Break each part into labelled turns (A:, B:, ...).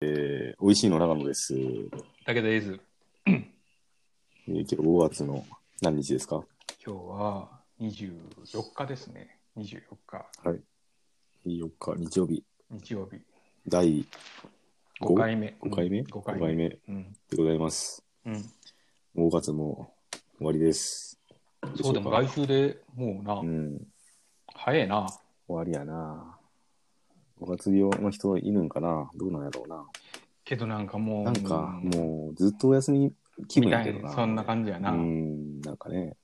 A: えー、美味しいの長野です。えー
B: だけど、エイズ、
A: 今日5月の何日ですか
B: 今日は24日ですね。24日、
A: ?4 日、日曜日、
B: 日曜日、
A: 第
B: 5回目。
A: 5回目、
B: うん
A: 五
B: 5回
A: 回
B: 目。
A: 目
B: うん。
A: でございます。
B: うん。
A: 5月も終わりです。
B: そうでも、来週でもうな、
A: うん、
B: 早いな。
A: 終わりやな。5月病の人いるんかなどうなんやろうな。
B: けどなんかもう、
A: なんか
B: う、
A: もうずっとお休み気分
B: み
A: や
B: た
A: け
B: い
A: どな。
B: そんな感じやな。
A: う
B: うん。
A: ん、なんかね、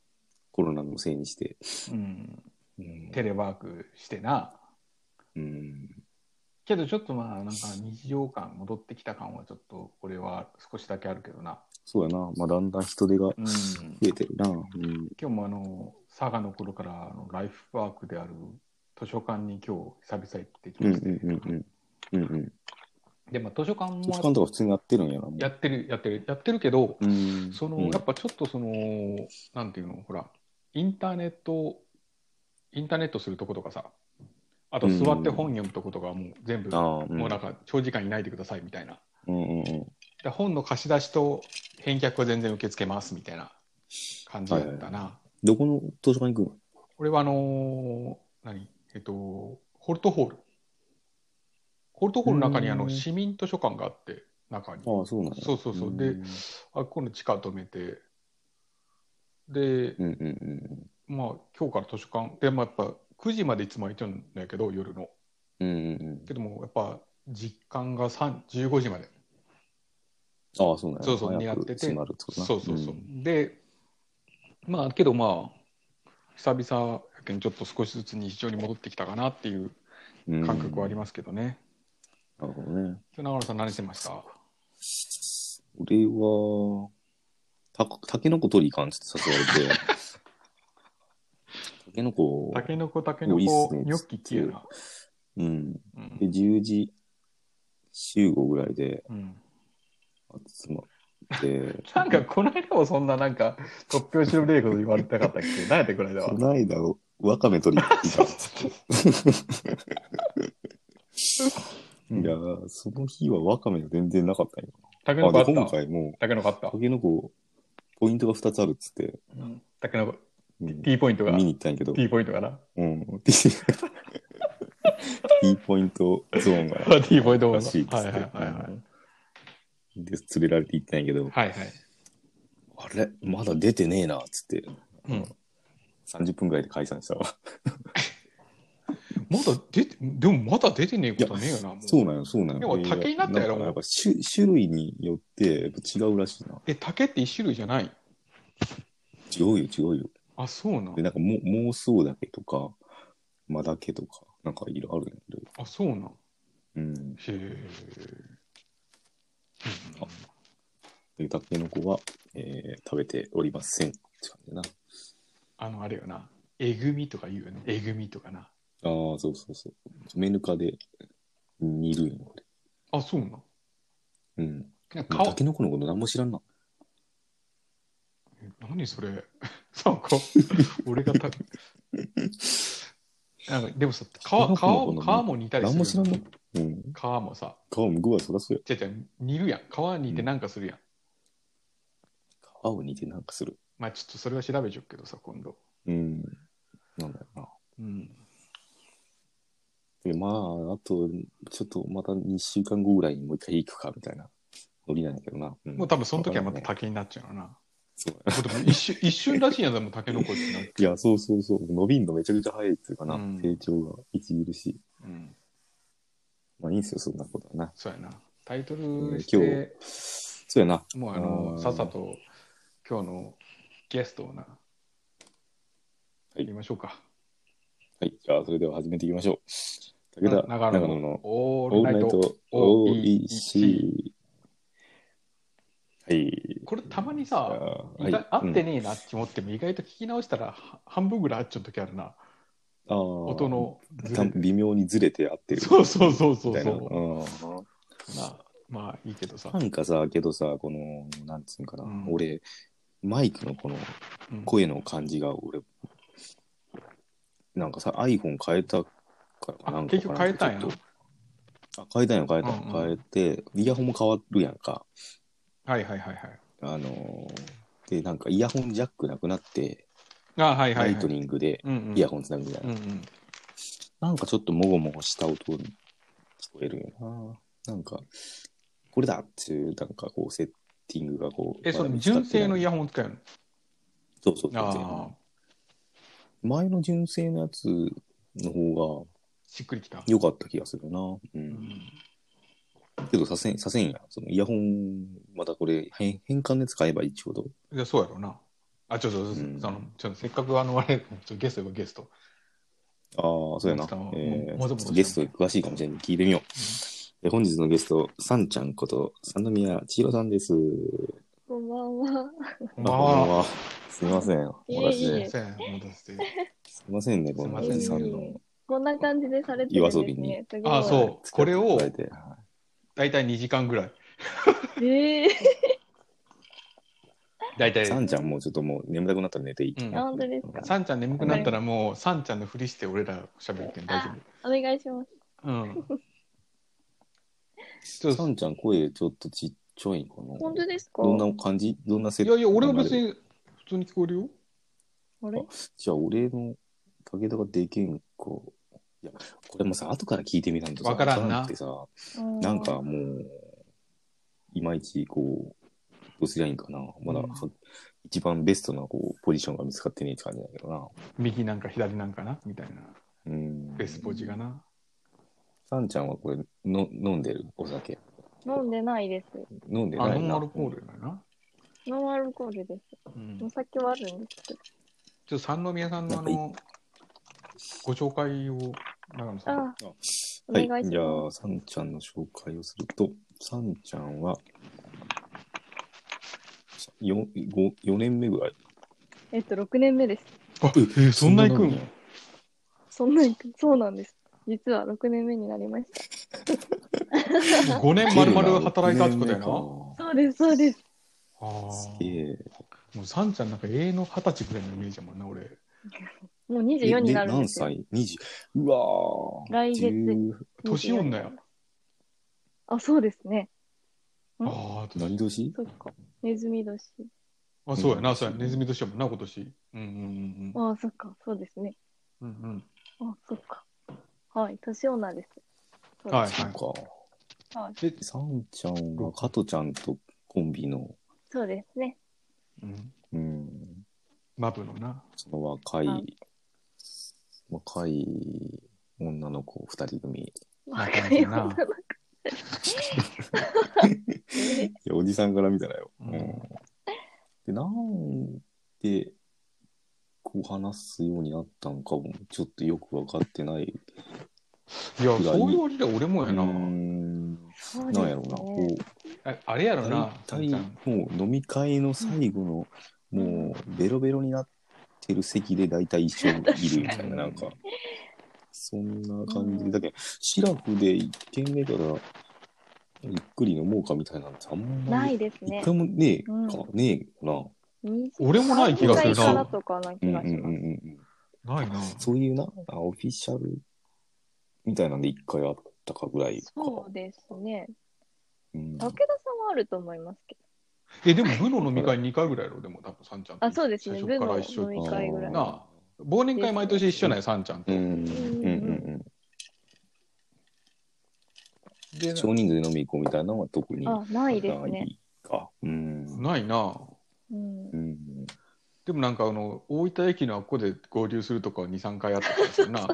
A: コロナのせいにして。うん
B: テレワークしてな。
A: うん、
B: けど、ちょっとまあ、なんか日常感戻ってきた感は、ちょっと、これは少しだけあるけどな。
A: そうやな。まあ、だんだん人手が増
B: うん。今
A: えてるな。うん
B: 日もあの、佐賀の頃からあのライフワークである図書館に今日久々行ってき
A: う
B: ま
A: ん
B: した。
A: うんうんうん。うんうん。
B: で、まあ、図書館
A: 図書
B: も
A: 館とか普通にやってるんやな。もう
B: やってる、やってる、やってるけど、
A: うん。
B: その、
A: うん
B: やっぱちょっとその、なんていうの、ほら、インターネット、インターネットするとことかさ、あと座って本読むとことかはもう全部、
A: ああ、うん。
B: もうなんか長時間いないでくださいみたいな。
A: うんうんうん。
B: で本の貸し出しと返却は全然受け付けますみたいな感じだったな。
A: どこの図書館行くの
B: 俺はあのー何えっと、ホルトホール。ホルトホールの中にあ
A: う
B: の
A: ん
B: 市民図書館があって、中に。
A: ああ、そうなんや
B: そうそうそうで
A: うん
B: あ今度地下止めてで、
A: うんうんうん
B: まあ今日から図書館で、まあ、やっぱ9時までいつも開いてるんだけど夜の
A: うんうんうん。
B: けどもやっぱ実感が3 15時まで
A: ああ、そうなんや。
B: そうそう
A: 早く
B: 狙ってて
A: 閉まるってことな
B: そうそうそう、
A: ん
B: でまあけどまあ久々やけんちょっと少しずつ日常に戻ってきたかなっていう
A: うん
B: 感覚はありますけどね、
A: なるほどね。
B: 今日永野さん何してました
A: 俺は、た、たけのこ取りいかんっつって誘われて。 たけのこ、
B: たけのこたけのこ
A: いいっすね
B: ニョッキきれいな
A: うん。
B: う
A: で、
B: ん、
A: 10時集合ぐらいで
B: うん、
A: 集まって。
B: なんかこの間もそんななんか突拍子のねえこと言われたかったっけ何やってこの間は
A: こないだ、わかめ取りに行ってきた。いやー、その日はワカメが全然なかったんよ。
B: タケノコあ
A: あ
B: っ
A: で今
B: た。
A: 回も、
B: タケノコあった
A: タ。ケノコ、ポイントが2つあるっつって、
B: タケノコ、
A: うん、
B: T ポイントが、
A: 見
B: T
A: に行ったんやけど、
B: ポイントがな。
A: うん、T ポイントゾーンが
B: T ポイントが
A: ら
B: な。
A: しいっつ
B: は
A: っ
B: いは
A: て
B: いはいは
A: うんで、連れられて行ったんやけど、
B: い。はいはい。
A: あれまだ出てねえなっつって、
B: うん。
A: 30分ぐらいで解散したわ。
B: まだ出て、でもまだ出てねえことはねえよな。もう
A: そうなんよ、そうなんよ。
B: でも竹になったやろ
A: んかやっぱ種種類によってやっぱ違うらしいな。
B: え、竹って一種類じゃない
A: 違うよ、違うよ。
B: あ、そうなん
A: で、。なんかも、妄想だけとか、まだけとか、なんかいろいろあるんやけど。
B: あ、そうなん。へ
A: うん。
B: え。うん
A: で、タケノコは、えー、食べておりません。って感じだな。あ
B: あの、あれよな。えぐみとか言うよね。えぐみとかな。
A: あー、そうそうそう。米ぬかで煮るんよ、
B: あ、そうなん。
A: 俺。うん。
B: なんか
A: タ
B: 顔
A: ケノコのこと何も知らんな。
B: え何それ なんか俺 がたなんかでもさ皮皮
A: なん
B: も
A: かこの
B: 皮も似たり
A: 何も知
B: す
A: ら
B: る
A: ん
B: よ
A: な
B: ね。
A: うん。
B: 皮もさ
A: 皮むくわ、そらそうや。
B: じゃじゃ煮るやん皮煮てなんかするやん、
A: 皮を煮てなんかする。
B: まあちょっとそれは調べちゃうけどさ今度
A: うん。なんだよな。
B: うん
A: で、まあ、あと、ちょっとまた2週間後ぐらいにもう一回行くか、みたいな。ノリなんやけどな。うん
B: もう多分その時はまた
A: わか
B: 竹になっちゃうよな、
A: そう
B: もうでも一瞬一瞬らしいやんでも竹の子ってなる、
A: いや、そうそうそう。伸びんのめちゃくちゃ早いっていうかな。
B: うん
A: 成長が著しい。
B: うん、
A: まあいいんですよ、そんなことはな。
B: そうやなタイト
A: うん
B: ルし
A: 今
B: て
A: 日、そうやな。
B: もうあの
A: あー
B: さっさと今日のゲストをな、
A: い
B: 言いましょうか
A: はい。じゃあ、それでは始めていきましょう。武田
B: 長
A: 長野
B: 野の
A: の
B: オ
A: オ
B: ール
A: ー
B: ナ
A: ルナ
B: イ
A: イ
B: ト。
A: ト
B: OEC
A: OEC。はい。
B: これたまに
A: じゃ
B: さ、
A: あ
B: 意外合って
A: ね。
B: ねえなって思っても、意外と聞き直したらは半分ぐらい合っちゃう時あるな。
A: うんあー
B: 音のず
A: た
B: れ
A: 微妙にずれて合ってる。
B: そうそうそうそ
A: み
B: う
A: たいな。
B: そう。
A: うん
B: まあ、まあいいけどさ。
A: なんかさ、けどさ、この、なんつうんかな、
B: うん
A: 俺、マイクのこの
B: うん
A: 声の感じが俺、なんかさ、iPhone 変えたからかな
B: あ
A: んか
B: 結局変えたんや
A: ちょ
B: な
A: っと。あ変えたんよ変えたんよ、
B: うんうん
A: 変えてイヤホンも変わるやんか
B: はいはいはいはい。
A: あのーでなんかイヤホンジャックなくなって
B: あはいは
A: ラ
B: い、
A: イ
B: は
A: ト
B: い。
A: ニングで
B: うんうん
A: イヤホンつなぐみたいな、
B: うんうん。
A: なんかちょっともごもごした音に聞こえるよななんかこれだっていうなんかこうセッティングがこう
B: え、そ
A: まだ
B: の
A: 見つかっ
B: 純
A: てな
B: 正
A: い
B: のイヤホン使えるの
A: そうそうそう
B: ああ、
A: 前の純正のやつの方が
B: しっくりきた。
A: 良かった気がするな。う。
B: うんん
A: けどさせん、させんや。そのイヤホン、またこれ変、変換で使えばいいってこと。
B: いや、そうやろうな。あ、ちょっと、ちょっと
A: うん
B: そのちょっとせっかくあの、あれ、ちょっとゲストよ、ゲスト。
A: ああ、そうやな
B: 松田は。
A: えー、ちょ
B: もぞもぞ
A: っとゲストに詳しいかもしれない。聞いてみよう。え本日のゲスト、さんちゃんこと、三宮千尋さんです。
C: こんばん
B: こん
C: は。
A: あ
B: ばん
A: こんばん
B: は。
A: はすみません。お待たせ
C: いえい
A: で
C: え
B: せん、お待たせして。
A: すみませんね、この
B: すいません
A: 皆さんの。
C: こんな感じでされてるんです
A: 夜遊びに
C: ね。すごい
B: あそうこれを
A: 使っていただいてはい
B: 大体2時間ぐらい。
C: ええ
B: 大体。
A: さんちゃんもちょっともう眠たくなったら寝ていい。
B: うん
C: あ本当ですか
B: さんちゃん眠くなったらもう、さんちゃんのふりして俺ら喋るけん大丈
C: お願いします。
B: 夫。うん。ちょっ
A: さ
B: と
A: んちゃん声ちょっとちっちゃいんかな。
C: 本当ですか
A: どんな感じどんなセ
B: いやいや、俺は別に普通に聞こえるよ。
C: あれ
A: じゃあ、俺の武田ができんか。いや、これもさ、後から聞いてみないとさ、
B: わからんな
A: くてさ、
C: うん
A: なんかもう、いまいちこう、どうすりゃいいんかな。まだ、
B: うん
A: は一番ベストなこうポジションが見つかってねえって感じだけどな。
B: 右なんか左なんかなみたいな。
A: うん。
B: ベスポジがな。
A: さんちゃんはこれの、飲んでるお酒。
C: 飲んでないです。
A: 飲んで
B: あ、
A: な
B: ノ
A: い
B: ン
A: な。
B: アルコールやな。
C: ノンアルコールです。
B: うん
C: お酒はあるんですけ
B: ちょっと三宮さんのあの、ご紹介を、長野
C: ど。
B: さん。
C: あ
A: あ、
C: お
A: は
C: 願い
A: い
C: します。
A: じゃあ、さんちゃんの紹介をすると、さんちゃんは、4, 4年目ぐらい。
C: えっと、6年目です。
B: あ、え、そんな行くん
A: の
C: そんなに、そうなんです。実は6年目になりました。
B: ?5 年まるまる働いたってことやな。
C: そうです、そうです。
B: あー
A: すげえ。
B: もうサンちゃんなんか永遠の二十歳ぐらいのイメージやもんな、俺。
C: もう24になるんで
A: 何
C: すよ。
A: 歳 ?20。うわー
C: 来月
A: 10
B: 年女や。
C: あ、そうですね。ん
B: あー
A: 何年
C: そっか。ネズミ年。
B: あ、そうやな、そうや、ネズミ年やもんな、今年。うんうんうん
C: ああ、そっか。そうですね。
B: うん。うん
C: あ、そっか。はい。年女です。
B: う
C: そ
B: ん。
C: う
B: はい
C: です
A: そう
B: はい。
A: か。
C: はい。
B: で、
A: さんちゃんは、加トちゃんとコンビの、
C: そうですね。
B: うん、
A: うん、
B: マブのな。
A: その若い
C: は、
A: 若い女の子二人組。
C: 若い女の
B: なか
C: 子。
A: いや、おじさんから見たらよ。
B: うん
A: で、なんで、こう話すようになったんかも、ちょっとよく分かってない。
B: いや、そう言われりゃ俺もや
A: う
B: な。
A: ん
C: そうです
A: なん
C: ね
A: やろうな、こう。
B: ああれやろな、サ
A: 大
B: ンちゃ
A: 体
B: ん。
A: もう飲み会の最後の、もうベロベロになってる席で大体一緒にいるみたいななんかそんな感じでだけどシラフで1軒目からゆっくり飲もうかみたいなのってあんま
C: な
A: り
C: いですね
A: 一。回もねえか、
C: うん
A: ねえかな
B: 俺もない気がするな
C: 二回からとかな
A: う
C: 気
A: んう
C: が
A: ん
C: し
A: うんう
C: ま
A: んう
C: す。
A: ん
B: ないな。
A: そういうなあオフィシャルみたいなんで1回あったかぐらいか、
C: そうですね。
A: うん、
C: 武田さんはあると思いますけ
B: え、でも、部の飲み会2回ぐらいやろ、でも、多分サンちゃんと。
C: あそうですね
B: 最初から一緒
C: 部の飲み会ぐらい
B: なあ忘年会毎年一緒なんや、サンちゃん
A: う
B: と。
A: んうんうんうん
B: で、
A: 少人数で飲み行こうみたいなのは特に
C: ど。あ、ないです
A: な
C: ね。
A: いか。うん。
B: ないな。
C: うん
A: う。ん。
B: でもなんかあの大分駅のあっこで合流するとかは23回あったからさ な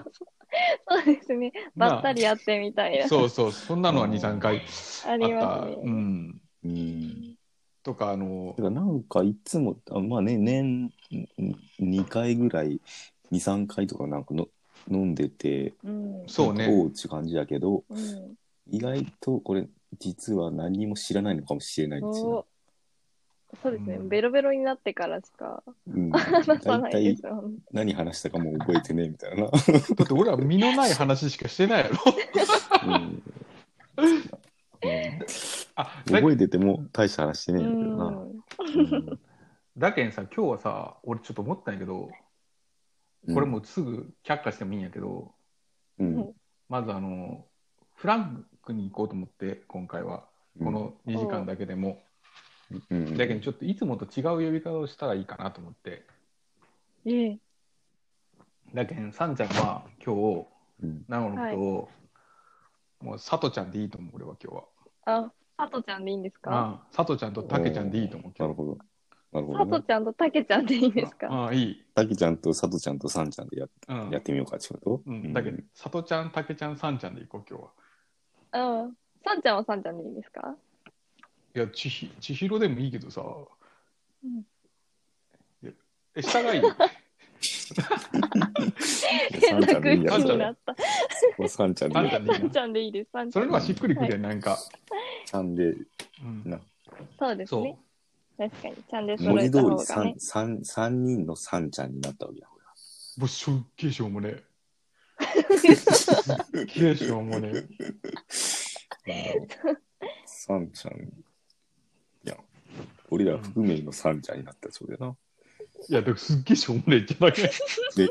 C: そうですね。
B: な
C: ばったりやってみたいな。
B: そうそうそんなのは23回
C: あ
B: あっ
C: り
B: た、
C: ます
B: う
C: ね。
B: ん、
A: うん。
B: とかあの
A: だからなんかいつも、あまあね、年2回ぐらい、2、3回とかなんかの飲んでて、
C: うん。
B: そうね
A: おうって感じだけど、
C: うん。
A: 意外とこれ、実は何も知らないのかもしれないです
C: お
A: よ。
C: そうですね、
B: うん
C: ベロベロになってからしか
A: うん。
C: 話さな
A: 大
C: いで
A: 体
C: すもんね。
A: 何話したかも覚えてねえみたい な。
B: だって俺ら身のない話しかしてないやろ
A: うんうん
B: あだ
A: 覚えてても大した話してねえ
C: うん
A: だ
C: ん。
A: けどな。
B: だけんさ今日はさ俺ちょっと思ったんやけど
A: うん
B: これ、もうすぐ却下してもいいんやけど、
A: うん
C: うん
B: まずあのフランクに行こうと思って、今回は。この2時間だけでも。
A: うん、
B: だけど、ちょっといつもと違う呼び方をしたらいいかなと思って。
C: ええ。
B: だけん、さんちゃんは今日、
A: うん
B: 長野と、もう、さとちゃんでいいと思う、俺は今日は。
C: あ、さとちゃんでいいんですか
B: ああさとちゃんとたけちゃんでいいと思う、
A: な
B: 今
A: る
B: 日。
A: ほど。なるほ
C: さ
A: ど
C: と
A: ね。
C: ちゃんとたけちゃんでいいんですか
B: ああ、いい。
A: たけちゃんとさとちゃんとさんちゃんでや
B: うん
A: やっ。てみようかってこと
B: うん、だけど
A: うん、
B: さとちゃん、たけちゃん、さんちゃんでいこう、今日は。
C: うん。さんちゃんはさんちゃんでいいんですか
B: いや、ちひちひろでもいいけどさ。
C: うん
B: いやえ、下がいい。
A: さんちゃんでいいんじゃ
C: 変な空気に
A: な
C: ないった。
A: そこはさんちゃんでいいんじゃ
B: さん
A: な
B: ちゃんでいい
C: さんちゃんでいいです。さんちゃ
B: それ
C: ん
B: のはしっくりくるやん、なんか。
A: いちゃんで、
B: うん、
A: な
C: そうです
B: そう
C: ね。。確かに。ちゃんで揃
A: 文
C: え
A: 字
C: た
A: 通
C: 方
A: り
C: がね
A: 三。三三人のさんちゃんになったわけだ。
B: もうすっげえしょうもねえ。 すっげえしょうもねえ。
A: さんちゃん。いや、俺ら含めのさんちゃんになったそうだな。
B: いや、だからすっげえしょうもねえじゃなくて。。
A: で、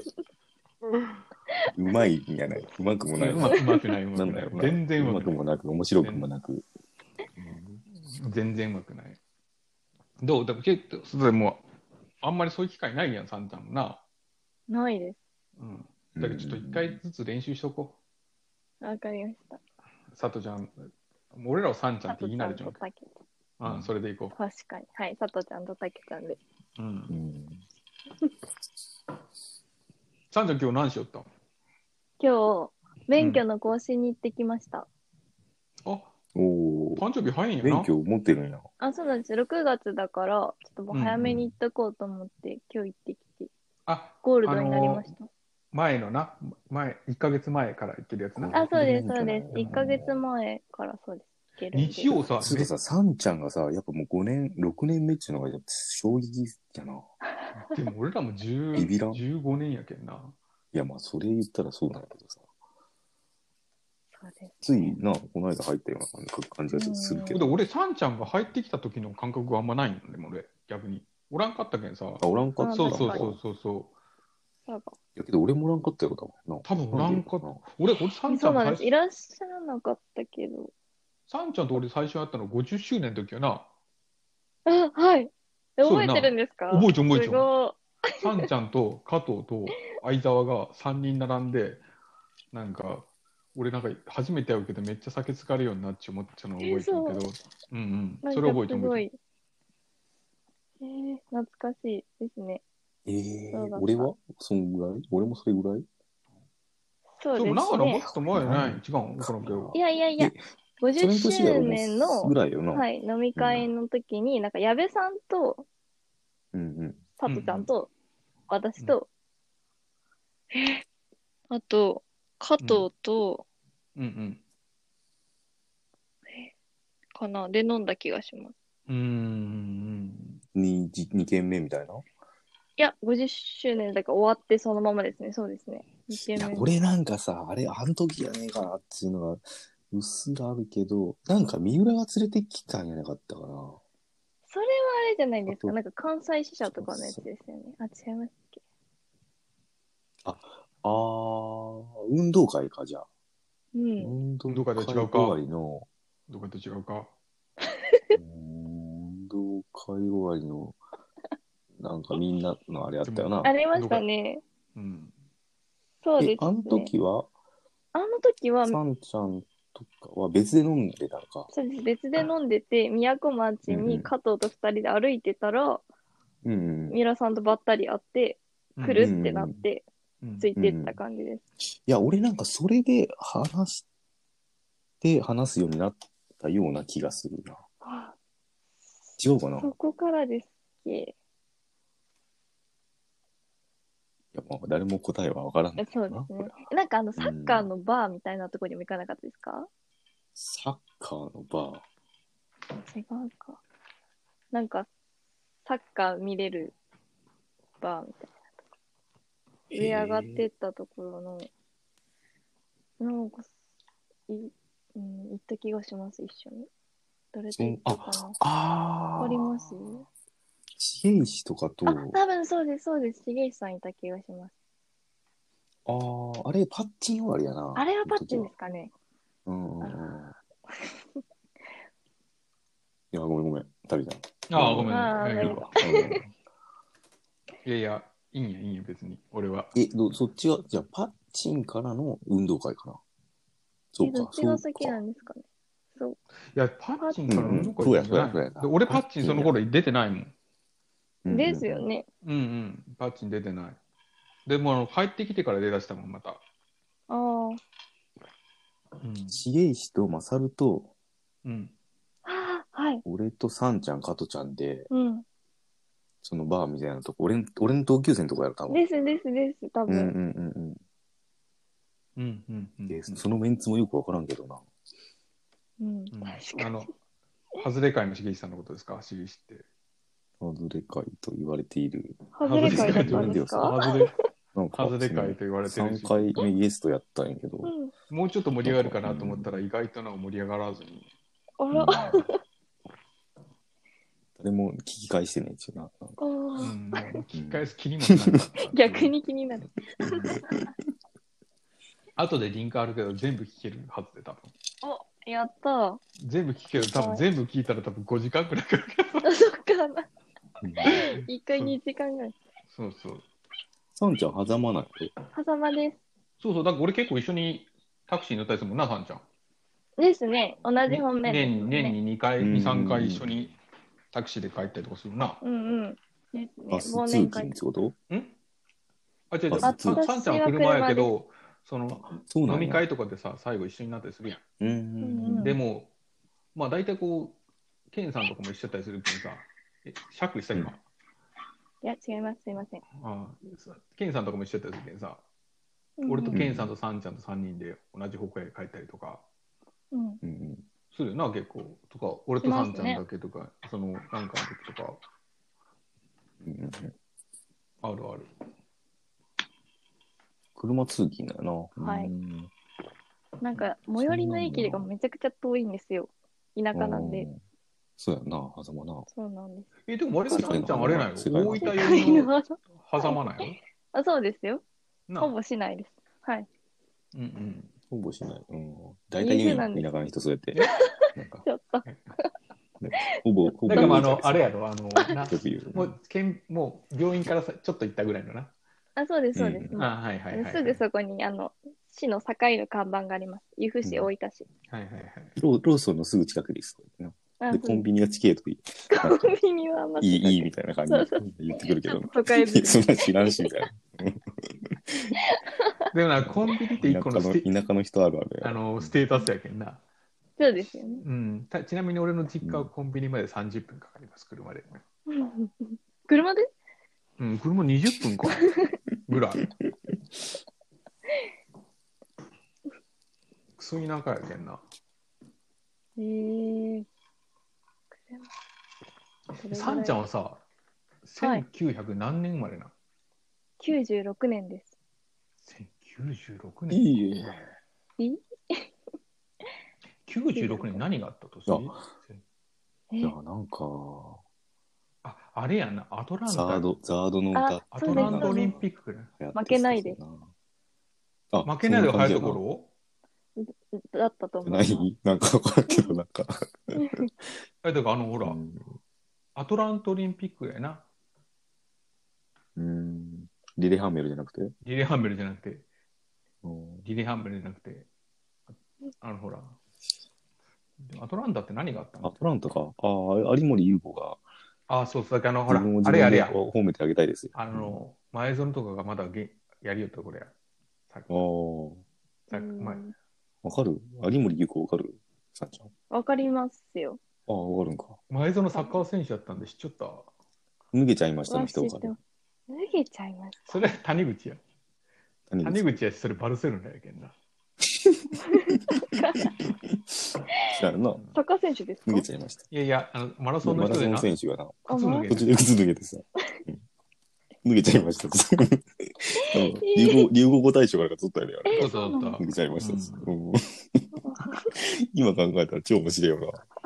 A: うまいんやない。うまくもないう
B: まうまくない、う
A: な
B: まく
A: ん
B: な
A: だろ
B: い
A: う。な
B: 全然
A: う
B: う
A: ま
B: ま
A: く
B: くない。
A: もなく、面白くもなく。
B: 全然うまくない。どうでも結構、それでもあんまりそういう機会ないやん、さんちゃんもな。
C: ないで
B: うん。だけど、ちょっと一回ずつ練習しとこ
C: す。わかりました。
B: う。さとちゃん、もう俺らをさんちゃん
C: さ
B: って
C: と
B: 言い
C: ち
B: 慣
C: ゃ
B: れ
C: ん
B: ちゃう
C: とたけ。
B: うん、それでいこ
C: 確かに。はい。さとちゃんとたけちゃんで。
B: う。うん
A: う。ん。
B: さんちゃん、今日何しよったん
C: 今日、免許の更新に行ってきました。
B: あ、
A: おお。
B: 誕生日早いんやな。
A: 勉強持ってるんや。
C: あ、そうなんです。6月だから、ちょっともう早めに行っとこうと思って、今日行ってきて、
B: あ、
C: ゴールドになりました。
B: 前のな、前、1ヶ月前から行ってるやつな。
C: あそうです、そうで
A: う
C: す。
A: ん
C: 1ヶ月前からそうです。行けるんで
B: 日曜さ、
A: すうとさ、さんちゃんがさ、やっぱもう5年、6年目っていうのがやっぱ衝撃やな。
B: でも俺らも10
A: ビビらん
B: 15年やけんな。
A: いや、まあ、それ言ったらそうなんだけどさ。
C: そうです。
A: ついな、この間入ったような感じがするけ
B: で
A: ど。
B: 俺、さんちゃんが入ってきた時の感覚があんまないんで、もう俺、逆に。おらんかったけんさ。
A: あ、おらんかった
B: そうそう
C: あ
B: そ
C: そ
B: そ
C: う
B: うそう。
C: そうか
A: いやけど俺もおらんかったよ、多分な。
B: 多分おらんかった。俺、俺さんち
C: そ
B: ゃ
C: うんなん
B: 最
C: です。い
B: 初、
C: らっしゃらなかったけど。
B: さんちゃんと俺最初やったの50周年の時やな。
C: あ、はい。え
B: そう
C: 覚
B: や
C: え
B: な
C: てるんですか
B: 覚えちょ覚えち
C: す
B: ょ。
C: ご
B: さんちゃんと加藤と相沢が3人並んで、なんか、俺なんか初めて会うけどめっちゃ酒疲れるようになっち思ったのを覚えてるけど、う
C: え
B: んうん、
C: い。
B: それ覚えて
C: なんかす
B: 覚
C: ご
B: えて
C: い。えー、懐かしいですね。
A: ええ
C: そうだった
A: 俺はそんぐらい俺もそれぐらい
C: そう
B: る。
C: で
B: でも、
C: す
B: 長野もっ
C: ね。
B: と前やない。違うん、このけど
C: い。やいやいや
A: え、それ
C: 50
A: 年だよ
C: 周年の
A: ぐ、らいよな。
C: はい、飲み会の時に、なんか矢部さんと、
A: うんうん。
C: 佐藤ちゃんと、私と、えあと、加藤と、
B: うん
C: かな、で飲んだ気がします。
B: うん。うーん。
A: 二じ二軒目みたいな。
C: いや、50周年だから終わってそのままですね、そうですね。2
A: いや
C: 軒目。
A: 俺なんかさ、あれ、あの時やねえかなっていうのが、うっすらあるけど、なんか三浦が連れてきたんやなかったかな。
C: それはあれじゃないです
A: あ
C: か、
A: と
C: なんか関西支社とかのやつですよね。あ、違いますっけ。
A: あー、運動会か、じゃあ。
C: うん。
A: 運動
B: 運動会と違うか
A: 終わりの、
B: どこかと違うか。
A: 運動会終わりの、なんかみんなのあれあったよな。
C: ありましたね。
B: うん。
C: そうです、
A: え
C: ね。
A: あの時は、
C: あの時は、
A: さんちゃんとかは別で飲んでたのか。
C: そうです別で飲んでて、宮古町に加藤と二人で歩いてたら、
A: うん。い
C: ミラさんとばったり会って、来るってなって、
B: うん
C: ついてった感じです。
A: や、俺なんかそれで話して、話すようになったような気がするな。
C: あ
A: 違うかな
C: そこからですっけ。
A: やっぱ誰も答えはわからん
C: え
A: ない。
C: そうですね。なんかあの、サッカーのバーみたいなところにも行かなかったですか、
A: サッカーのバ
C: 違うか。なんか、サッカー見れるバーみたい
A: ー。
C: な。上上がってったところの、なんか、い、うん、行った気がします、一緒に。どれで行ったかな
A: あ
C: わ
A: あ。
C: かります
A: 知恵石とかと、
C: あ
A: あ、
C: 多分そうです、そうです。重石さんいた気がします。
A: あー、あれパッチン終わりやな。
C: あれはパッチンですかね。
A: うんうんうん。いや、ごめんごめん。食べちゃ
B: ああ、ごめん。
C: ああ
B: いやいいわ
A: う。うん
B: いやいや、いいんや、いいんや、別に。俺は。
A: え、どそっちは、じゃあ、パッチンからの運動会かな。そう
C: え、ど
A: か
C: っ、ち
A: そう
C: が
A: か。
C: 先なんですかね。そう。
B: いや、パッチンから
A: うんうん
B: どこ行ったんじゃない
A: そうやそうやそうや
B: で俺、パッチンその頃出てないもん。
A: うんうん
C: ですよ。ね。
B: うんうん。パッチン出てない。でも、あの帰ってきてから出だしたもん、また。
C: あ
B: うん。
A: 重石とマサルと、
B: うん。
C: あ。ああ、はい。
A: 俺とサンちゃん、加トちゃんで、
C: うん。
A: そのバーみたいなとこ、俺ん俺の同級生のとこやろ、多分。
C: ですですです、多
A: うんうんう
C: 分。
A: んうん
B: うんうんうん。
A: で。そのメンツもよくわからんけどな。
C: うん。
B: うん
C: 確か
B: あ
C: に。
B: の、外れ会の茂石さんのことですか、茂石って。
A: 外れ会と言われている。
C: 外れ会だったんですか
B: 外れ
A: なんか、
B: 外れ会と言われてるし、
A: 3回目イエスとやったんやけど
C: う。ん。
B: もうちょっと盛り上がるかなと思ったら、意外とな盛り上がらずに。
C: あ
A: うん
C: ら、
A: 誰も聞き返してないっていうな。なんか
B: う
C: ああ。
B: ん、聞き返す気にもならなかった
C: 逆。に気になる。
B: 後でリンクあるけど、全部聞けるはずで、多分
C: お、やったー。
B: 全部聞ける、多分全部聞いたら、多分5時間くらいかかる。
C: あ、 そっかな。
A: うん
C: 一回二時間ぐらい。
B: そうそう。
A: サンちゃん、狭間ない
C: 狭間です。
B: そうそう、だから俺結構一緒にタクシーに乗ったりするもんな、さんちゃん。
C: ですね。同じ方面です
B: 年
C: も
B: に
C: んね。
B: 年に2回、
A: うん
B: 2、3回一緒にタクシーで帰ったりとかするな。
C: うんうん。ですね。
A: バス
C: 忘
A: 通
C: 年
A: 勤っ
C: 会
A: て。こと
B: んあ、違う違う、
A: あ
B: さ
A: そう
B: さんちゃんは車やけど、その
A: そうなんや
B: 飲み会とかでさ、最後一緒になったりするやん。
A: うん
C: うん
B: でも、まあ大体こう、ケンさんとかも一緒やったりするけどさ、え、シャックした今。
C: いや、違います。すいません。
B: ああケンさんとかも一緒やったりするけどさ、
C: うん
B: 俺とケンさんとサンちゃんと3人で同じ方向へ帰ったりとか、
C: うん。
A: うんうん
B: するよな、結構。とか、俺とサンちゃんだけとか、その、なんかの時とか、
A: うんうん
B: あるある。
A: 車通勤だよな。
C: はい
A: うん
C: なんか、最寄りの駅がめちゃくちゃ遠いんですよ。田舎なんで
A: う。そうやんな、狭間な。
C: そうなんです。
B: え、でも割とサンちゃんあれなんよ。
A: 世界
B: 大
A: の
B: 分
A: 世界
B: よりの
C: あ
B: 挟まないよ。
C: そうですよ。
B: なあ
C: ほぼしないです。はい。
B: うんうん。
A: ほぼしない。うん。大体言うよ、田舎の人そうやって。なんか、
C: ちょっと。
A: ほ ぼ、ほぼ。
B: だからもうあの、あれやろ、あの、な
A: よく言う。
B: もう、けんもう病院からさちょっと行ったぐらいのな。
C: あ、そうです、そうです。
A: う
C: も
B: あはいは
C: う
B: いはい。
C: すぐそこに、あの、市の境の看板があります。由布市、
A: うん
C: 大分市。
B: はいはいはい。
A: ローローソンのすぐ近くです。
C: あ
A: で、
C: そう
A: コンビニが近いとい
C: コンビニはあんま
A: い、いい、いい
C: ち
A: みたいな感
C: そうそ
A: じで言ってくるけ
C: ょ
A: ど
C: っと。都 会
A: いや
C: です。
A: そんなん知らんし、みたいな。
B: でもな、コンビニって一個
A: 田
B: の
A: 舎
B: ス
A: の
B: テ
A: 田舎の人あるあ
B: あ
A: る。
B: のステータスやけんな。
C: そうですよね。
B: うん、たちなみに俺の実家はコンビニまで30分かかります、車で。
C: 車で
B: うん、車20 分か。ぐらい。クソ田舎やけんな。
C: えー。車
B: サンちゃんはさ、
C: はい
B: 1900何年生まれな、
C: 96年です。
B: ?1096 年。
A: いいえ
C: い
B: 96年何があった
A: いや
B: と
C: え
A: いや、なんか、
B: あ、あれやな、アトラン
A: ザー
B: タ。
A: ド、ザードの歌
B: アトランタオリンピックね。
C: 負けないで。
A: あ
B: 負けないで早いところ
A: ろ
B: を
C: だったと思う。
A: ないなんかわからんけど、なんか。
B: え、だからあの、ほら、
A: うん
B: アトランタオリンピックやな。
A: うん。リレハンメルじゃなくて
B: リレーハンメルじゃなくて、
A: うん
B: リレーハンメルじゃなくて、ああの、ほら、アトランタって何があった
A: ア
B: の
A: トランタか。ああ、有森優子が、
B: あ、そうそう、だからあの、ほ
A: 自
B: ら
A: 分を、
B: あ
A: 自
B: れや
A: 分
B: あれ
A: で
B: や、
A: 褒めてあげたいですよ。
B: あの、前園とかがまだげやりよったこれや。
A: あ
B: さ
A: あ、
B: さ前
C: うん
A: わかる有森優子わかるさんちゃん。あ
C: わかりますよ。
A: あ、わかるんか。
B: 前園サッカー選手だったんで知っちゃった。
A: 脱げちゃいましたの
C: わ知
A: 人
C: っ
A: か
C: て
A: ら
C: ま。す脱げちゃいまし
B: それ谷口や。
A: 谷口
B: 谷口やし、それバルセロナやけんな。
A: 知らんな。
C: た。サッカー選手ですか
A: 脱げちゃいました。
B: いやいや、あのマラソンの
A: マラ
B: 人で
A: ソン
B: な。
A: 選手がな、
C: あ
B: 靴脱げ
A: 途中
B: て
A: で靴脱げてさ。うん脱げちゃいました。多分流行流行語大賞からか取ったよね。あれ
B: そうそうそう
A: 脱げちゃいました。
B: う
A: うん今考えたら超面白いよな。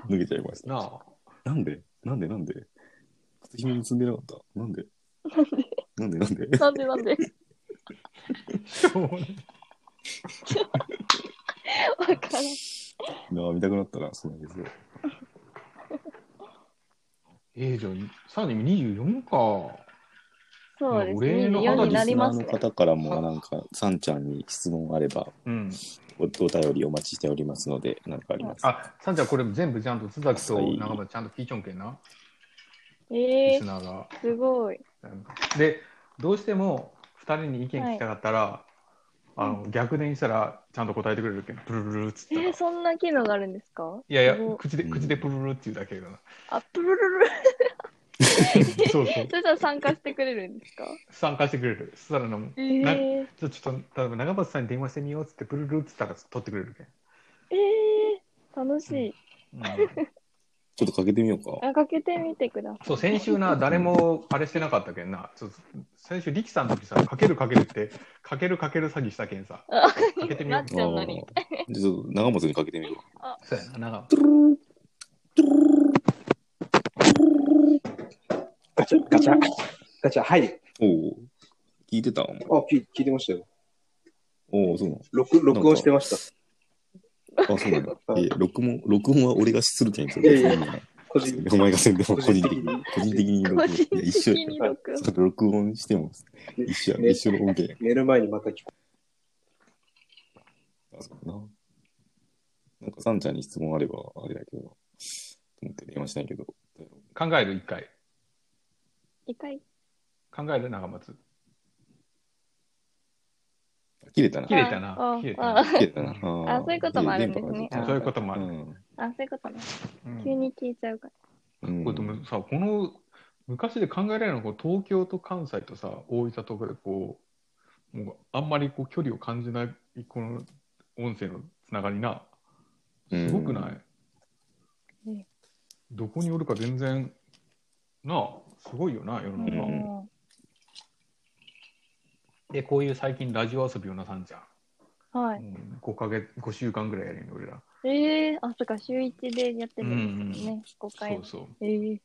A: 脱げちゃいました。
B: なあ。
A: なんでなんでなんで靴ひも結んでなかったなんでなんでなんで
C: なんでなんでわからん。
A: なあ見たくなったな、その映像。
B: えー、じゃあ、さらに24か。
C: そうです
B: 俺
C: ね。
B: の
C: 24
B: 肌
C: に
A: リ
C: な
A: ス
C: り
A: ナ
C: ま
A: ー
C: す
A: の
C: ね。
A: 方からも、なんか、さんちゃんに質問あれば、
B: うん。
A: おお便りお待ちしておりますので、なんかあります。
B: あ、さんちゃん、これ全部ちゃんと津崎と
A: はい
B: 長村ちゃんと聞いちょんけんな、
C: え
B: リ
C: え
B: スナーが。
C: すごい。
B: で、どうしても2人に意見聞きたかったら、あの逆転したらちゃんと答えてくれるけん、プルルルっつった
C: え
B: ら。
C: ー、そんな機能があるんですか
B: いやいや
C: すご、
B: 口で、
A: うん
B: 口でプルルルって言うだけだな。
C: あ、プルルル。
B: そう そう
C: そ。れじゃ参加してくれるんですか
B: 参加してくれる。そしたらの、
C: え
B: な
C: ー、
B: ちょちょっと、例えば長松さんに電話してみようっつって、プルルルっつったら取ってくれるけん。
C: えー、楽しい。
B: うん
A: ちょっとかけてみようか。
C: あかけてみてください。
B: そう先週な誰もあれしてなかったけんなちょっと先週力さんの時さかけるかけるってかけるかける詐欺したけん さ
C: あ
B: かけてみよう
C: なっ
A: あ
C: ちゃうの
A: ー
C: に。
A: じゃあちょっと長松にかけてみよう。
B: そうやな長
D: ガチャ、ガチャ、ガチャ、はい。
A: おお聞いてたお前
D: あ、聞聞いてましたよ。
A: おおそうなの
D: 録録音してました。
A: あ、そう なんだ。
D: はい
A: え、録音、録音は俺がするけん、それ
D: いやいや
A: そんな
D: 個人
A: お前がせんでも個
D: 個
A: 人
D: 人
A: 的
D: 的
A: に
D: に、
A: 個人的に録
C: 個
A: 音。い
C: 人
A: や、一緒
C: 的に録音。
A: それ録音しても一緒や、
D: ね
A: 一緒の音源。
D: 寝る前にまた聞こ
A: あそうだな。なんか、サンちゃんに質問あれば、あれだけど、と思って電話しないけど。
B: 考える一回
C: 一回。
B: 考える長松
A: 切れたな。
B: 切れたな
C: あ
B: 切れた
C: あ
B: な
C: あ
A: 切れ たな。あー
C: あそういうこともあるんですね
A: 電波
D: あ
A: が
B: そういうこともあ
A: う
B: る、
A: ん。
C: あ、そういうことね。
B: うん
C: 急に聞いちゃうから。
A: うん
B: これでもさこの昔で考えられるのはこう東京と関西とさ大分とかでこうもうあんまりこう距離を感じないこの音声のつながりなすごくない、
C: うん
B: どこにおるか全然なあすごいよな世の中、
A: うん
B: でこういう最近ラジオ遊びをなさんじゃん、
C: は
B: う
C: い。
B: ん、5か月5週間ぐらいやるんよ俺ら
C: えー、あ、そっか、週一でやってるんですよ
B: うん
C: ね。5回
B: そう。そう
C: えー。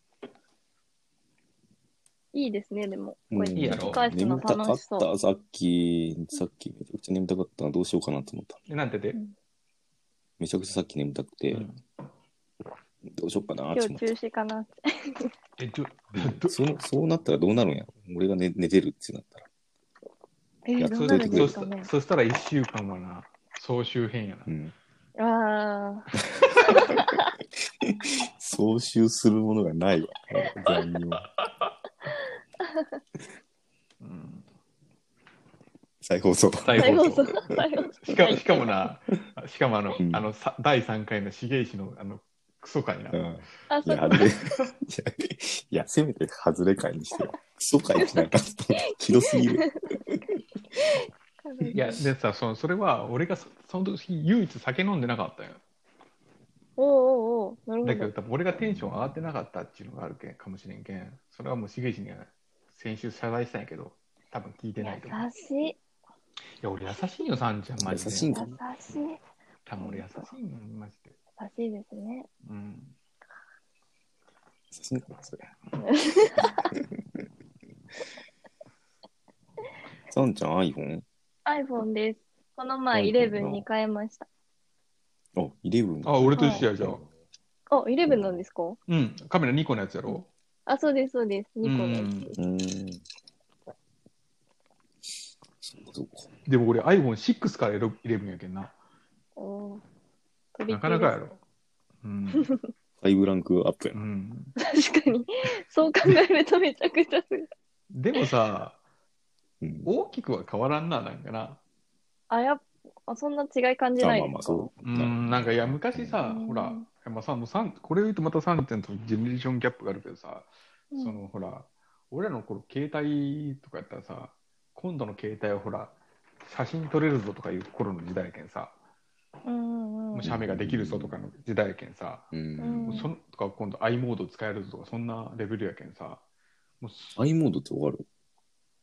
C: いいですね、でも。こ
A: うん
C: れ
B: いいやろ
C: 聞き返すの
A: 眠たか
C: 楽
A: っ
C: しそう。
A: た、さっき。さっきめちゃくちゃ眠たかったな。どうしようかなと思った。
B: でなんてて、
A: めちゃくちゃさっき眠たくて、
B: うん
A: どうしようかなって
C: 今
A: 思
C: 日
A: っ
C: 中
A: て。
C: 止かなって。
B: えちょ
A: そのそうなったらどうなるんやろ俺が寝寝てるってなったら。
C: え
A: いや
C: ー、ど
B: そうう
A: れ
C: なるん
A: で
C: で
B: そ
C: すか
B: した
C: ね。
B: そしたら1週間はな総集編やな
A: うん。
C: ああ、
A: 総集するものがないわ。残業。
B: うん
A: 再放送。
B: 再
C: 大
B: 放
C: 放
B: 送
C: 送。大放送
B: しかもしかもな、しかもあの、
A: うん
B: あのさ第3回の重石のあのクソ会な、
A: うん。
C: あ、
A: い
C: そ
A: や、
C: っか
A: あ。れで、いや、いやせめて外れ会にしてよ。クソ会ってなんか、ひどすぎる。
B: いや、でさその、それは俺がそその時唯一酒飲んでなかったよ。
C: おうおうおう、なるほ
B: だけど
C: ど。
B: 多分俺がテンション上がってなかったっていうのがあるけんかもしれんけん、それはもう重石には先週謝罪したんやけど、多分聞いてないと思う。い
C: 優しい。
B: や、俺優しいよ、さんちゃん、マジで。
A: 優しいんか
C: 優しい。優
B: 多分俺優しいのよ、マジで。
C: しいですね。
B: うん。
A: 写真かな、それ。 サンちゃん iPhone?
C: iPhone です。この前、11に変えました。
A: あ、11。
B: あ、俺と一緒や、じゃあ。
C: あ、11なんですか
B: うん、カメラ2個のやつやろ。
C: あ、そうです、そうです。2個
B: うん
C: 目。
A: うーん。そうか、そうか。
B: でも俺 iPhone6 から11やけんな。
C: おー飛び
B: な
C: 級
B: かなかやろ。うん。
A: 5ランクアップや
B: う
A: な。
B: ん
C: です確かに。 そう考えるとめちゃくちゃすごい。
B: でもさ、
A: うん
B: 大きくは変わらんな、なんかな。
C: あ、やっぱ、あそんな違い感じ
A: あ
C: ない
A: まあ
C: です
A: まあ、
C: か
A: そう。
B: うん、なんかいや、昔さ
C: う、ん
B: ほら、まあさ、もうさんこれ言うとまた3点とジェネレーションギャップがあるけどさ、
C: うん
B: そのほら、俺らの頃、携帯とかやったらさ、今度の携帯はほら、写真撮れるぞとかいう頃の時代やけんさ、
C: うんうん
B: も
C: う。
B: うん写メができるぞとかの時代やけんさ、
A: うん
C: うん
B: そのとか今度 i モード使えるぞとか、そんなレベルやけんさ、もうす
A: i モードってわかる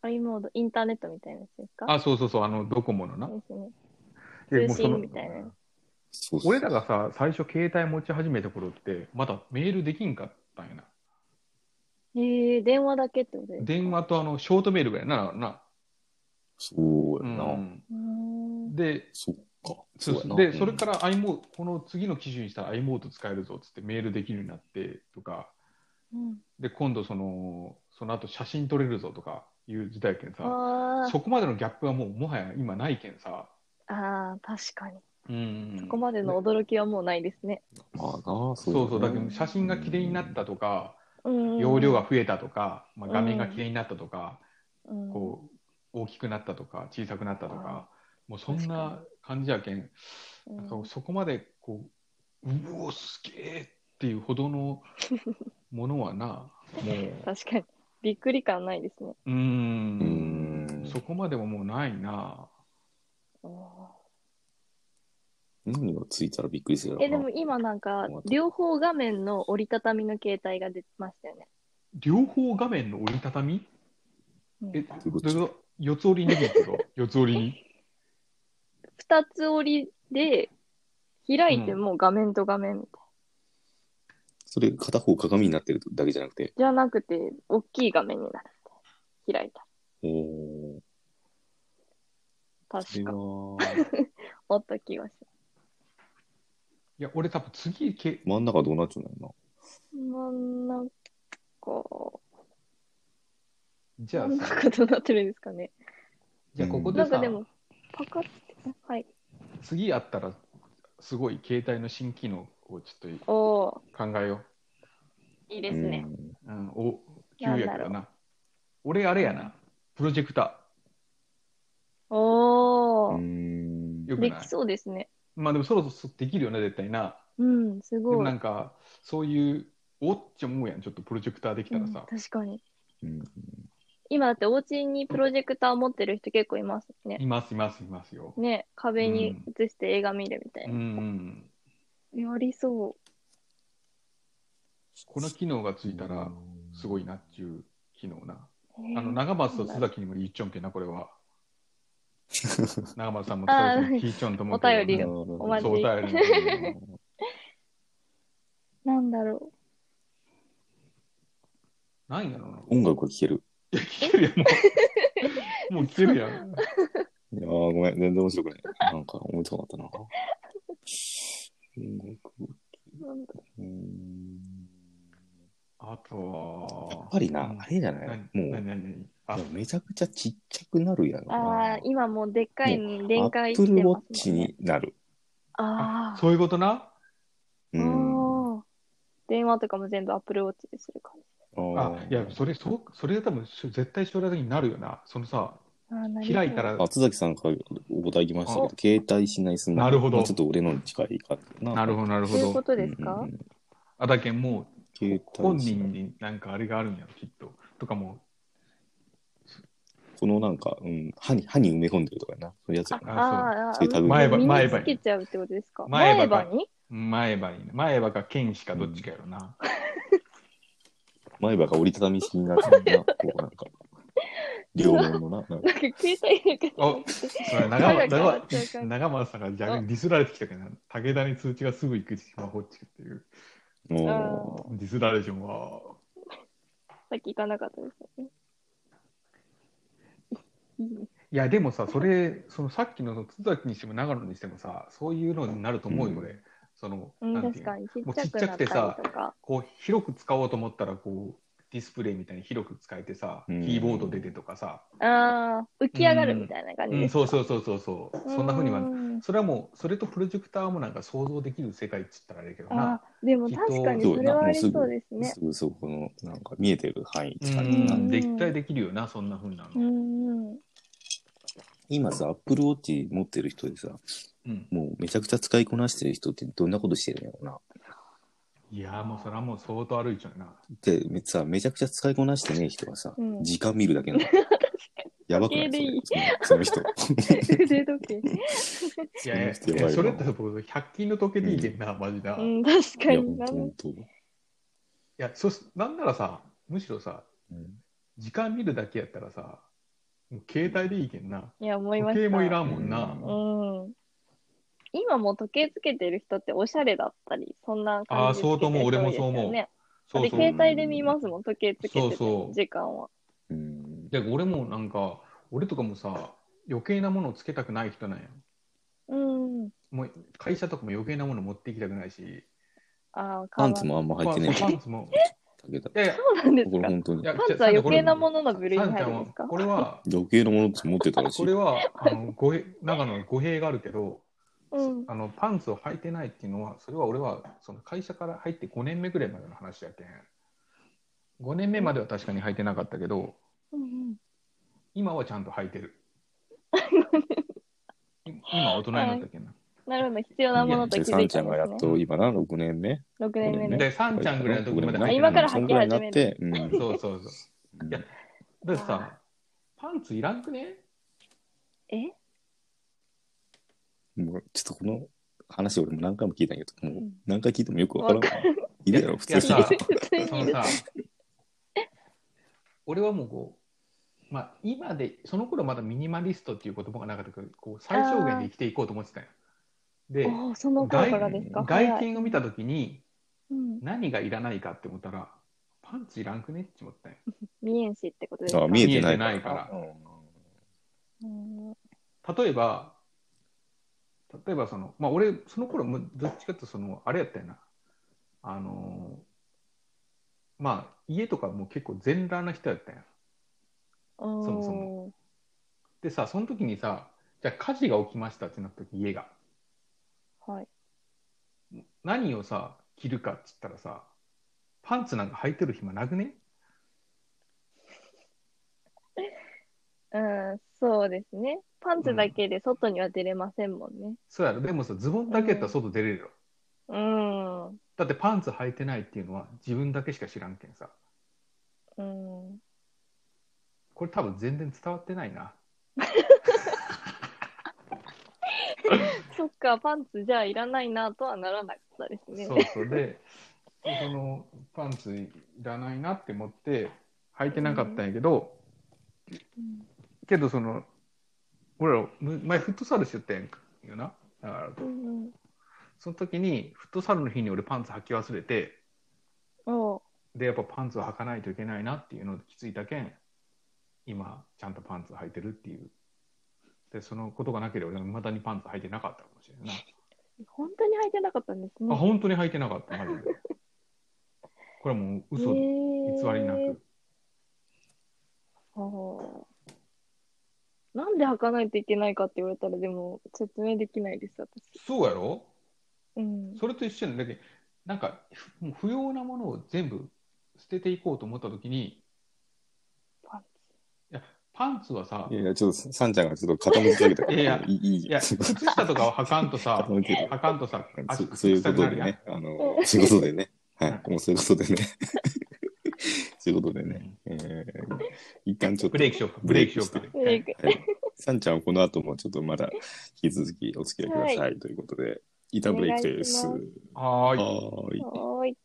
C: i モード、インターネットみたいなやつですか
B: あ、そうそうそう、あの、ドコモのな。
C: ですね。
B: でもう
C: 通
B: その
C: 信みたいな。
A: そうそう
B: 俺らがさ、最初携帯持ち始めた頃って、まだメールできんかったんやな。
C: えー、電話だけってことですか
B: 電話とあの、ショートメールぐらいやな、な。
A: そうやな。
B: うん
C: うーん。
B: で、
A: そっか。
B: そう
A: やな
B: で、それか、ら i モード、この次の機種にしたら i モード使えるぞっつってメールできるようになってとか、
C: うん。
B: で、今度その、その後写真撮れるぞとかいう時代やけんさ、
C: あー
B: そこまでのギャップはもうもはや今ないけんさ、
C: あー、確かに。
B: うん
C: そこまでの驚きはもうないですね。
A: うんまあなあ、
B: そうそう、だけど写真が綺麗になったとか、
C: うん。
B: 容量が増えたとか、まあ、画面が綺麗になったとか、
C: うん、
B: こう、大きくなったとか、小さくなったとか、もうそんな感じやけん、
C: うん、
B: なんかそこまでこう、うお、すげえっていうほどの ものはな、もう、
C: 確かに。びっくり感ないですね。
B: うー、
A: うんん。
B: そこまでももうないな。
C: うん
A: 何がついたらびっくりするや
C: え、で
A: ろな
C: も今なんか
A: また、
C: 両方画面の折りたたみの携帯が出ましたよね。
B: 両方画面の折りたたみ
C: うん
B: え、
A: どういうこ
B: どう
A: と
B: いうこと四つ折りにできるけど、 四つ折りに。
C: 二つ折りで、開いても画面と画面みたい
A: それ片方鏡になってるだけじゃなくて、
C: じゃなくて、大きい画面になるみたい。開いた。
A: おお、そ
C: 確
A: れ
C: か。
A: は、
C: あった気がし
B: いや、俺多分次け、
A: 真ん中どうなっちゃうんだろ
C: ます。真ん中、
B: じゃ
C: 真ん
B: あさ、
C: 中どうなってるんですかね。
B: じゃあここで
C: なんか
B: さ
C: で、も、パカって、はい。
B: 次あったら、すごい携帯の新機能をちょっと
C: おお
B: 考えよ
C: ー、いいうで
A: な。
C: すね。
A: うん
B: う。うん、お、急や
C: なん
B: か
C: だ
B: ら
C: ろ
B: な。俺あれやな、プロジェクタ
C: お
A: う
C: お、
A: ん
B: ー。よく
C: で
B: ない
C: きそうですね。
B: まあでもそろそろできるよね、絶対な。
C: うん、す
B: でも
C: ごい。
B: なんか、そういう、おって思うやん、ちょっとプロジェクターできたら
C: う
B: さ
C: ん。確かに。
A: うん
C: 今だってお家にプロジェクター持ってる人結構いますね。
B: います、います、いますよ。
C: ね、壁に映して映画見るみたい
B: うんう
C: な。
B: ん。
C: やりそう。
B: この機能がついたら、すごいなっちゅう機能な。あの、
C: えー
B: 長松と須崎にも言っちょんけな、これは。長松さんも須崎さんも聞いちょんと思うけど。
C: お便りよお待ち
B: そう、お便り。
C: なんだろ
B: 何やろう な。
A: 音楽が聴ける。
B: 聞けるやん、もう。もう聞けるやん。
A: いやーごめん、全然面白くない。なんか思いつかなかったな。音楽
C: う。なんだ
A: うん
B: あとは。
A: やっぱりな、あれじゃない
B: 何
A: もう
B: 何、何あ
A: いや、めちゃくちゃちっちゃくなるやろ
C: ああ、今もうでっかいのに電
A: ア
C: 解
A: ップ
C: して
A: ルウォ
C: ま
A: ッ
C: す
A: チ
C: もんね。
A: になる。
C: ああ
B: そういうことな。
A: うん。
C: おー電話とかも全部 Apple Watch でする感じ。
B: あ
A: あ、
B: いや、それ、そう、それ多分、し絶対将来的になるよな。そのさ、
C: あーなるほど
B: 開いたら、
A: あ、津崎さんからお答えきました
B: あ
A: けど、携帯しないスマホ。
B: なるほど
A: まあちょっと俺のに近いかな。
B: なるほど、なる
C: そう
B: ほ
C: いうこ
B: ど。
C: とですか
A: うんうん
B: あ、だけんもう
A: 携、
B: 本
A: 帯しな
B: 人
A: い
B: になんかあれがあるんやろ、きっと。とかも
A: このなんか、うん、歯に、歯に埋め込んでるとかな。そういうやつやな。
C: あーあ
A: そういうタ
C: ー、
A: グ
B: 前歯
C: 身
B: 前
C: に
B: 歯
C: つけちゃうってことですか
B: 前歯
C: 前
B: が
C: 歯に
B: う、前歯に、前歯か剣歯かどっちかやろな。
A: 前歯が折りたたみ式になってるな。こうなん か、両面のな。なんか
C: なんか携帯で
B: あ、それ長
C: 歯が
B: 松
C: 変わっちゃ
B: 長松
C: う感
B: 長松さんが逆にディスられてきたけどな、武田に通知がすぐ行くスマホっちくっていう、
A: も
B: ディスられてもは、
C: さっき行かなかったですよね。いいね
B: いや、でもさ、それ、そのさっきの津崎にしても長野にしてもさ、そういうのになると思うよ、
A: うん
B: 俺。その、
C: うん、
B: なんていう
C: 確か
B: の
C: に。ち
B: もう
C: っちゃくなったりとか。
B: こう、広く使おうと思ったら、こう、ディスプレイみたいに広く使えてさ、
A: うん
B: キーボード出てとかさ、
C: ああ、浮き上がるみたいな感
B: う
C: じ
B: ん、
C: です。
B: そうそうそうそうそう、そんなふうには
C: う、ん
B: それはもう、それとプロジェクターもなんか想像できる世界っつったらあれやけど
C: あ
B: な。
C: ーでも確かにそれはありそうです
A: う、
C: ね。
A: すぐそこの、なんか見えてる範囲
B: う
A: 近いな。
B: ん、絶対できるよな、そんなふうなの。
C: うんうん。
A: 今さ、Apple Watch 持ってる人でさ、
B: うん
A: もうめちゃくちゃ使いこなしてる人ってどんなことしてるんやろうな。
B: いやーもうそれはもう相当歩いちゃうな。
A: で、めさ、めちゃくちゃ使いこなしてねえ人はさ、
C: うん
A: 時間見るだけ なの。やばくないそれそのその人。
C: 腕 時計。
B: いやいや、
A: その人やばいわ
B: それって僕、100均の時計でいいけんな、マジだ。
C: う
B: い
C: ん、確か
A: いや、
C: に。な
A: 本
C: ん
A: 当本
B: や、そし、なんならさ、むしろさ、
A: 当。うん
B: 時間見るだけやったらさ、もう携帯でいいけんな。
C: いや、思いま
B: 時
C: した。
B: 計もいらんもんな。
A: う
C: うん。今もう時計つけてる人っておしゃれだったり、そんな
B: あー
C: 感じ
B: そうと思う俺もそう思う
C: で
B: そうそう。
C: 携帯で見ますもん、時計つけて
B: そう
C: て
B: そう
C: 時間は。
A: うん。
B: で、俺もなんか、俺とかもさ、余計なものをつけたくない人なんや。
C: うん。
B: もう会社とかも余計なもの持っていきたくないし、
C: ああ、
A: パンツもあんま
B: パ
A: 入って
B: ン
A: ない
B: パンツも、
A: 武田
B: いやいや
C: そうなんです
A: これ
C: か。
A: 本当
B: い
A: に
B: や
C: パンツは余計なものの部類に入るんですか
B: これは、
A: 余計なものって持ってたらし
B: こ
A: い
B: れ。は、あの、語弊、長野の語弊があるけど、
C: うん。
B: あの、パンツを履いてないっていうのは、それは俺は、その会社から入って5年目ぐらいまでの話やけん。5年目までは確かに履いてなかったけど、
C: うん
B: 今はちゃんと履いて る。い今は大人になったけんな。
C: なるほど、必要なものと
A: で、
C: 気づい
A: サ
C: たん
A: ン
C: で
A: ちゃんがや
C: す
A: っ
C: ね。
A: と今な、6年目。
C: 6年目
A: ね
C: で。
B: で、サンちゃんぐらいの時ま
A: 六
B: で履いて
A: 年
B: な
C: あ今
B: い
C: から
A: そ
C: 履
A: ん
C: き
A: ぐらいになって、うん。
B: そうそうそう。いやだってさ、パンツいらんくね
C: え
A: もうちょっとこの話俺も何回も聞いたんやけど、も
C: う
A: うん何回聞いてもよくわからんわ。いるやろ、普通
B: いや
A: に。
B: さ
C: 普通
B: そ
C: に
B: の
C: いる。
B: さ、俺はもうこう、まあ、今で、その頃まだミニマリストっていう言葉がなかったから、こう最小限で生きていこうと思ってたよ。で、
C: おお、その頃からですか。
B: 外
C: はい
B: 見を見たときに、
C: うん。
B: 何がいらないかって思ったら、パンツいらんくねって思ったよ。
C: 見えんしってことです
A: あ
C: か。
A: 見えて
B: 見え
A: な
B: て
A: い
B: ないから。
C: うん
B: 例えば、例えばその、まあ俺、その頃もどっちかっていうとその、あれやったよな。あのーまあ家とかも結構全裸な人やったんや。
C: そ
B: もそもでさ、その時にさ、じゃあ火事が起きましたってなった時、家が。
C: はい。
B: 何をさ、着るかっつったらさ、パンツなんか履いてる暇なくね
C: うん、そうですね。パンツだけで外には出れませんもんね。
B: そうやろ。でもさ、ズボンだけやったら外出れるよ。
C: うん。う
B: だってパンツ履いてないっていうのは自分だけしか知らんけんさ。
C: ん。
B: これ多分全然伝わってないな。
C: そっか、パンツじゃあいらないなとはならなかったですね。
B: そうそうでそのパンツいらないなって思って履いてなかったんやけど、
C: うん
B: けどその俺らむ前フットサルしてたやんかよなだから
C: うん
B: その時にフットサルの日に俺パンツ履き忘れて
C: うん。おう
B: でやっぱパンツを履かないといけないなっていうのを気づいたけん今ちゃんとパンツ履いてるっていうでそのことがなければいまだにパンツ履いてなかったかもしれない
C: 本当に履いてなかったんです
B: なあ
C: ね。
B: 本当に履いてなかったマジでこれはもう
C: え
B: 嘘偽
C: ー
B: りなく、
C: おうなんで履かないといけないかって言われたら、でも説明できないです、私。
B: そうやろ
C: うん。
B: それと一緒にだけどなんかふもう不要なものを全部捨てていこうと思った時に
C: パン
B: いやパンツはさ
A: いやいや、ちょっと、サンちゃんがちょっと傾けてあげたから。
B: いやいや
A: いい、いい
B: いや靴下とかをはかん とさ
A: 傾けて
B: はかんとさ足
A: そそういうことでね、あの、仕事でね。はい。もうそういうことでね。 仕事でね。えー、一旦ちょっと。
B: ブレーキしようかブレーキしようか
A: ブレーキして
C: ブレイク。
A: はい。サンちゃんはこの後もちょっとまだ引き続きお付き合いください、ということで、板ブレイクです。
C: お願いし
B: はーい
A: はーい。
C: おーい。